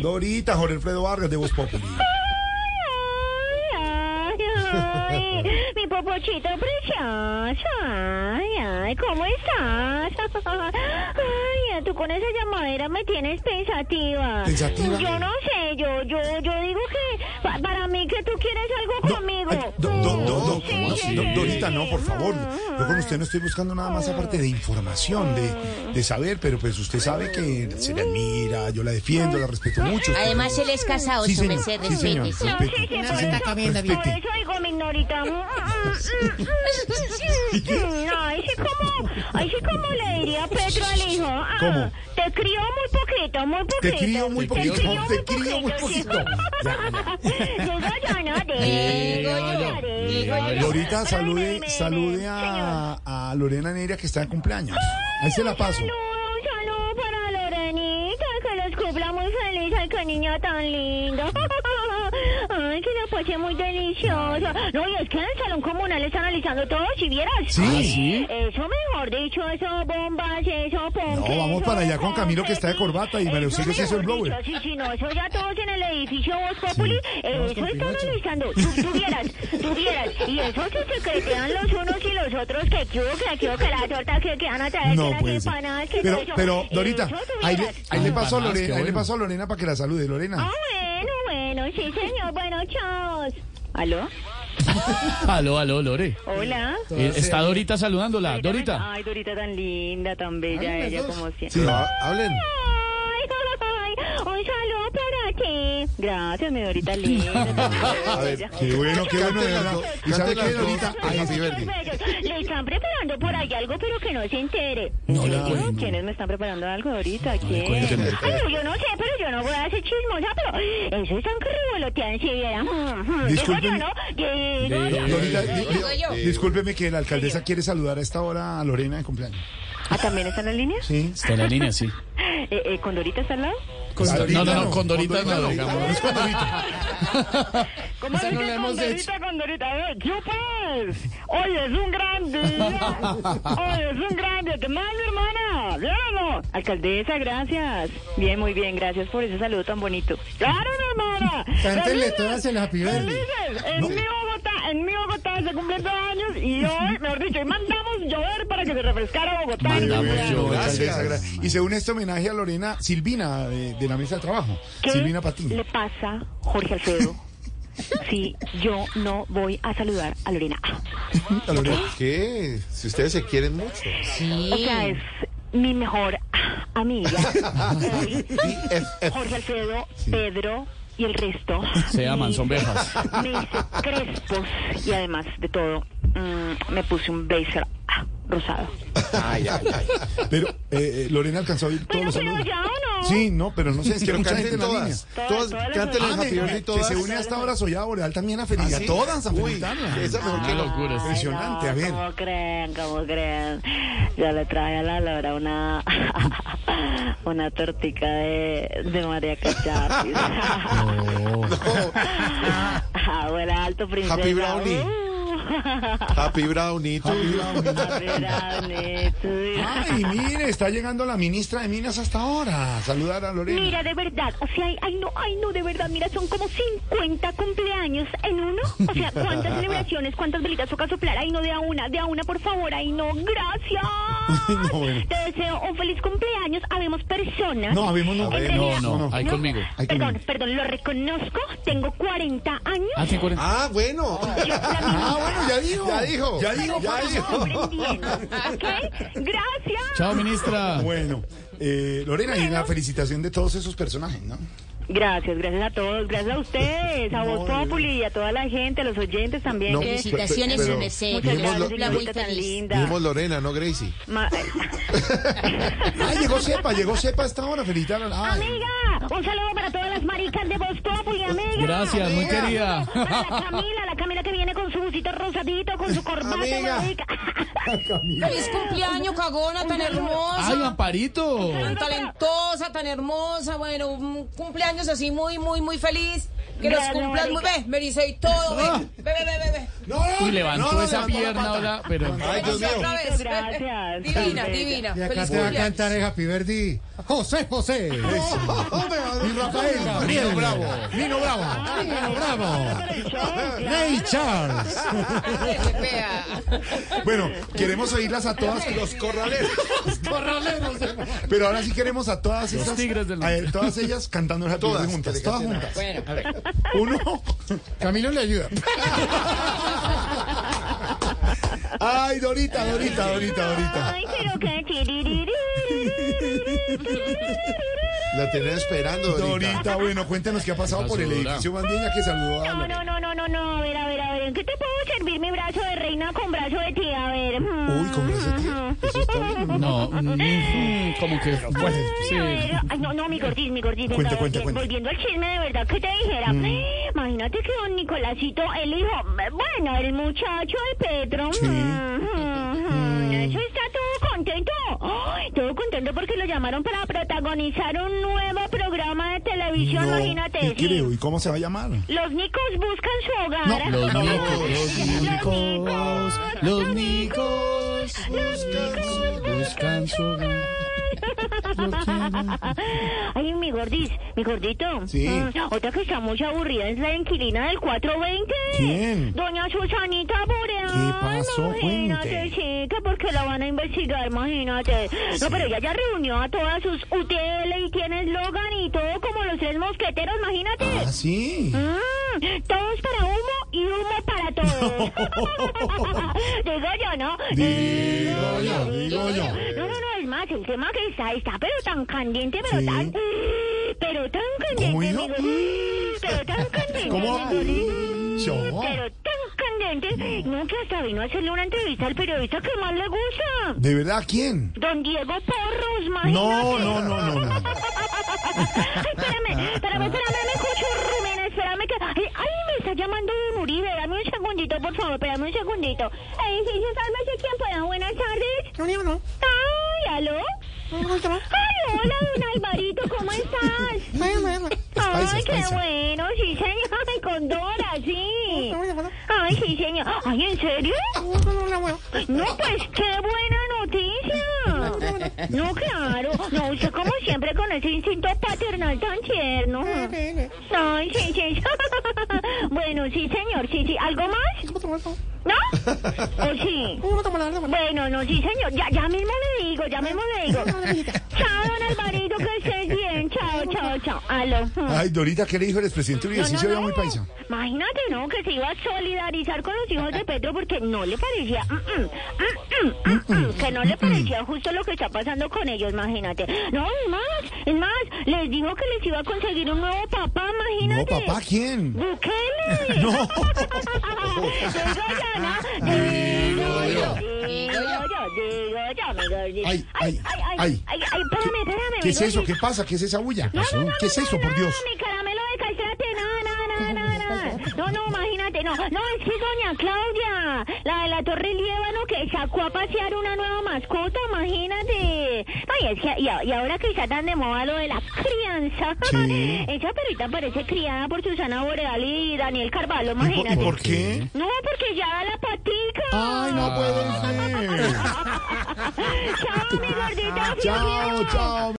Dorita, Jorge Alfredo Vargas de Voz Populi. Ay, ay, ay, mi popochito precioso. Ay, ay, ¿cómo estás? Ay, a tú con esa llamadera me tienes pensativa. Pensativa. Yo no sé, yo, yo, yo digo que pa- para mí que tú quieres algo conmigo. Ay, do- do- do- do- Sí, sí, sí, do- Dorita, sí. no, por favor. Yo con usted no estoy buscando nada más aparte de información, de, de saber, pero pues usted sabe que se le admira, yo la defiendo, la respeto mucho. Además, él es casado, Sí, su señor, merced, sí, señor, respete, sí. No, sí, sí, respete, por, sí, eso, señor, por respete. eso digo, mi Norita. Mm, No, ahí sí como, ahí sí como le diría Petro al hijo. ah, ¿Cómo? Te crió muy poquito, muy poquito. Te crío muy poquito, te crío crió muy poquito. Ya, ya. Digo yo, no, digo yo, digo yo. Dorita, Ay, salude, me- me- salude señor. a, a Lorena Neira que está de cumpleaños. Ahí se la paso. Saludo, un saludo para Lorenita, que los cumpla muy feliz, ay, qué niño tan lindo. Ay, que la pase muy deliciosa. No, y es que en el salón comunal están analizando todo, si vieras. Sí. Ah, ¿sí? Eso, mejor dicho, eso, bombas, eso, ponque, No, vamos eso, para allá con Camilo, que está de confeti. corbata, y María Eso, Auxilio se hizo el mejor blower. dicho, Sí, sí, no, eso ya todos en el edificio Voz Populi, eh, vamos eso con están Pinocho. analizando. Tú, tú vieras, tú vieras. Y eso se secretean los unos y los otros, que que hubo, que que hubo, que la torta, que que van a traer No puede ser. Pero, pero Dorita, ahí le, ahí le pasó a Lorena, ahí le pasó a Lorena para que la salude, Lorena. Ah, bueno, bueno, sí, señor. Bueno, chao. ¿Aló? Aló, aló, Lore. Hola. Ah, Eh, está Dorita saludándola. Dorita. Ay, Dorita tan linda, tan bella ella, como siempre. Sí, Ah, hablen. Ay, ay, ay, un saludo para ti. Gracias, mi Dorita linda. tan bella. Qué bueno, qué bueno, de verdad. Y sabe qué, Dorita, ahí Ay, qué bellos. Le están preparando por ahí algo, pero que no se entere. No, ¿En la- serio? no. ¿Quiénes me están preparando algo ahorita? ¿Quién? Ay, no, yo no sé, pero yo no voy a hacer chismosa, pero eso es tan revolotean si viera. Mm, mm. Digo Disculpen. yo, ¿no? Digo yo. Dorita, di- digo yo. di- discúlpeme que la alcaldesa quiere saludar a esta hora a Lorena de cumpleaños. ¿Ah, también están en línea? Sí. Está en la línea, sí. Eh, eh, ¿Con Dorita está al lado? No, Dorita no, no, con Dorita no, Dorita digamos. Es con Dorita. ¿Cómo Esa no dice la hemos Condorita, hecho. Condorita? Eh, ¿Qué pues? Hoy es un gran día. Hoy es un gran día. ¿Qué más, mi hermana? ¿Bien o no? Alcaldesa, gracias. Bien, muy bien. Gracias por ese saludo tan bonito. ¡Claro, mi hermana! Cántenle ¡Felices! todas el Happy Birthday. ¡Felices! En No. mi Bogotá, en mi Bogotá se cumplen dos años y hoy, mejor dicho, hoy mandamos llover para que se refrescara Bogotá. Mandamos Gracias. llover. Alcaldesa, gra- Y según este homenaje a Lorena Silvina de, de la mesa de trabajo. ¿Qué Silvina Patín. le pasa, Jorge Alfredo, si yo no voy a saludar a Lorena? A Lorena. ¿Qué? Si ustedes se quieren mucho. O sea, es mi mejor amiga. Hoy, Jorge Alfredo, Pedro y el resto. Se aman, Mis- son bejas. Mis crespos. Y además de todo, mm, me puse un blazer ah, rosado. Ay, ay, ay. Pero eh, eh, Lorena alcanzó a oír todos Bueno, los pero saludos. ya o no. Sí, no, pero no sé, es que Pero mucha gente canten en la línea. todas. Todas, Todas, todas las canten Ah, el Happy me- Birthday Que todas. se une hasta ahora Soya Boreal también a ¿Ah, felicitar. sí? Todas a Uy, felicitarla. Esa mejor que Qué lo... locura. Ay, Impresionante, a ver. ¿Cómo creen? ¿Cómo creen? Yo le traje a la Laura una, una tortica de, de María Cachapis. Abuela alto princesa. Happy brownie. Uh. Happy Brownie. tú. Happy brownie, sí. Ay, mire, está llegando la ministra de Minas hasta ahora. a Saludar a Lorena. Mira, de verdad, o sea, ay no, ay no, de verdad, mira, son como 50 cumpleaños en uno. O sea, cuántas celebraciones, cuántas velitas toca soplar, ay no, de a una, de a una, por favor, ay no, gracias. No, bueno. Te deseo un feliz cumpleaños, habemos personas. No, habemos no. En Habemos, realidad- no, no, hay conmigo, hay perdón, conmigo. perdón, lo reconozco, tengo 40 años. Ah, sí, cuarenta. Ah, bueno. Yo, la Ah, misma- bueno, ya dijo. Ya dijo. Ya dijo. Ya por dijo. favor. Aprendiendo, ¿ok? Gracias. Chao, Ah. ministra. Bueno, eh, Lorena, y la felicitación de todos esos personajes, ¿no? Gracias, gracias a todos, gracias a ustedes, a Voz Populi y a toda la gente, a los oyentes también. No, que- pe- pe- Felicitaciones, pero su merced. Muchas dijimos gracias, lo- señorita cumpla muy tan feliz. linda. Dijimos Lorena, no Gracie. Ma- Ah, llegó Cepa, llegó Cepa hasta ahora. Felicitar a Ay, amiga, un saludo para todas las maricas de Voz Populi, amiga. Gracias, muy Amiga. querida. Para la Camila, la Camila que viene con su busito rosadito, con su corbata, Amiga. marica. Feliz cumpleaños, cagona, tan hermosa. Ay, Amparito. tan talentosa, tan hermosa. Bueno, un cumpleaños así muy, muy, muy feliz. Que los Gracias, cumplas muy marica. bien. Me dice y todo. Ve, ve, ve, ve, ve. Uy, levantó esa pierna ahora, pero Ay, Dios Bendice mío. otra vez. Gracias. Divina, Bella. divina. Y acá Feliz te va a cumpleaños. cantar el Happy Birthday, José José. eso. Y Rafael Gabriel. Bravo. Nino Bravo. Nino Bravo. Ney Charles. Qué fea. Bueno, queremos oírlas a todas. Los corraleros. Pero ahora sí queremos a todas esas. tigres del- a ver, todas ellas cantando el Happy Todas, Birthday juntas. que le Todas canten juntas. Bueno, Uno. Camilo le ayuda. Ay, Dorita, Dorita, Dorita, Dorita. Ay, pero que tiriririririririririririririr. La tenía esperando ahorita. Dorita, bueno, cuéntanos qué ha pasado por el Dora? edificio Bandeña que saludó a No, no, no, no, no, no, a ver, a ver, a ver, ¿en qué te puedo servir mi brazo de reina con brazo de tía? A ver. hmm. Uy, con brazo de tía, eso está bien. No, mm, como que. pues, sí. A ver, ay, no, no, mi gordis, mi gordis. Cuenta, venga, cuenta, vol- cuenta. Volviendo al chisme de verdad que te dijera. Mm. Imagínate que don Nicolásito, el hijo, bueno, el muchacho de Pedro. mm, mm, Eso está todo contento. Ay, todo contento porque lo llamaron para protagonizar un nuevo programa de televisión, No, imagínate. ¿Qué sí. creo? ¿Y cómo se va a llamar? Los nicos buscan su hogar. No, Los No, nicos, Los los nicos, los nicos buscan su hogar. Ay, mi gordis, mi gordito. Sí. Mm, otra que está muy aburrida es la inquilina del 420. ¿Quién? Doña Susanita Boreal. ¿Qué pasó? Imagínate, Cuente. chica, porque la van a investigar, imagínate. No, pero ella ya reunió a todas sus UTL y tiene eslogan y todo como los tres mosqueteros, imagínate. Ah, sí. Mm, todos para humo y humo para todos. Digo yo, ¿no? Digo yo, digo yo. No, no, no, es más, el tema que está, está, pero tan candente, pero Sí. tan. Pero tan candente, ¿Cómo dijo? amigo. Pero tan candente. ¿Cómo? amigo, Yo. Pero tan candente. No, que hasta vino a hacerle una entrevista al periodista que más le gusta. ¿De verdad quién? Don Diego Porros, imagínate. No, no, no, no, no. Ay, espérame, espérame, espérame, me escucho Rubén, espérame que... Ay, ay, me está llamando de Uribe, dame un segundito, por favor, espérame un segundito. Ay, sí, sí, sálvese quien pueda, buenas tardes. No, no, no. Ay, ¿aló? Ay, hola, don Alvarito, ¿cómo estás? Ay, qué bueno, sí, señor, ay, con Dora, sí. Ay, sí, señor. Ay, ¿en serio? No, pues, qué buena noticia. No, claro. No, usted como siempre con ese instinto paternal tan tierno. Ay, sí, sí. Bueno, sí, señor, sí, sí. ¿Algo más? ¿No? ¿O sí? Bueno, no, sí, señor. Ya, ya mismo le digo, ya mismo le digo. Chao, don Alvarito, que estés bien. Chao, chao, chao. Aló. Ay, Dorita, ¿qué le dijo el expresidente Uribe? Sí se veía muy paisa. Imagínate, ¿no? Que se iba a solidarizar con los hijos de Petro porque no le parecía... mm, mm, mm, mm, mm, mm, que no le parecía justo lo que está pasando con ellos, imagínate. No, es más, es más, les dijo que les iba a conseguir un nuevo papá, No, imagínate. papá, ¿quién? Bukele. No. Digo yo, ¿no? Digo yo. Digo yo, digo yo, mi gordito. Ay, ay, ay. ay, ay, espérame, espérame. ¿Qué mi es eso? gordito. ¿Qué pasa? ¿Qué es esa bulla? No, no, no, ¿Ah, ¿Qué es no, eso, no, por no, Dios? mi caramelo de calzate, no, no, no, no, no. No, no, imagínate, no. No, es que doña Claudia, la de la Torre Liébano, que sacó a pasear una nueva mascota, imagínate. No, y, es que, y, a- y ahora que está tan de moda lo de la crianza. Sí. Esa perrita parece criada por Susana Boreal y Daniel Carvalho, ¿Y por, y imagínate. por qué? No, porque ya da la patica. Ay, no pues. puede ser. Chao, mi gordita. Chao, chao.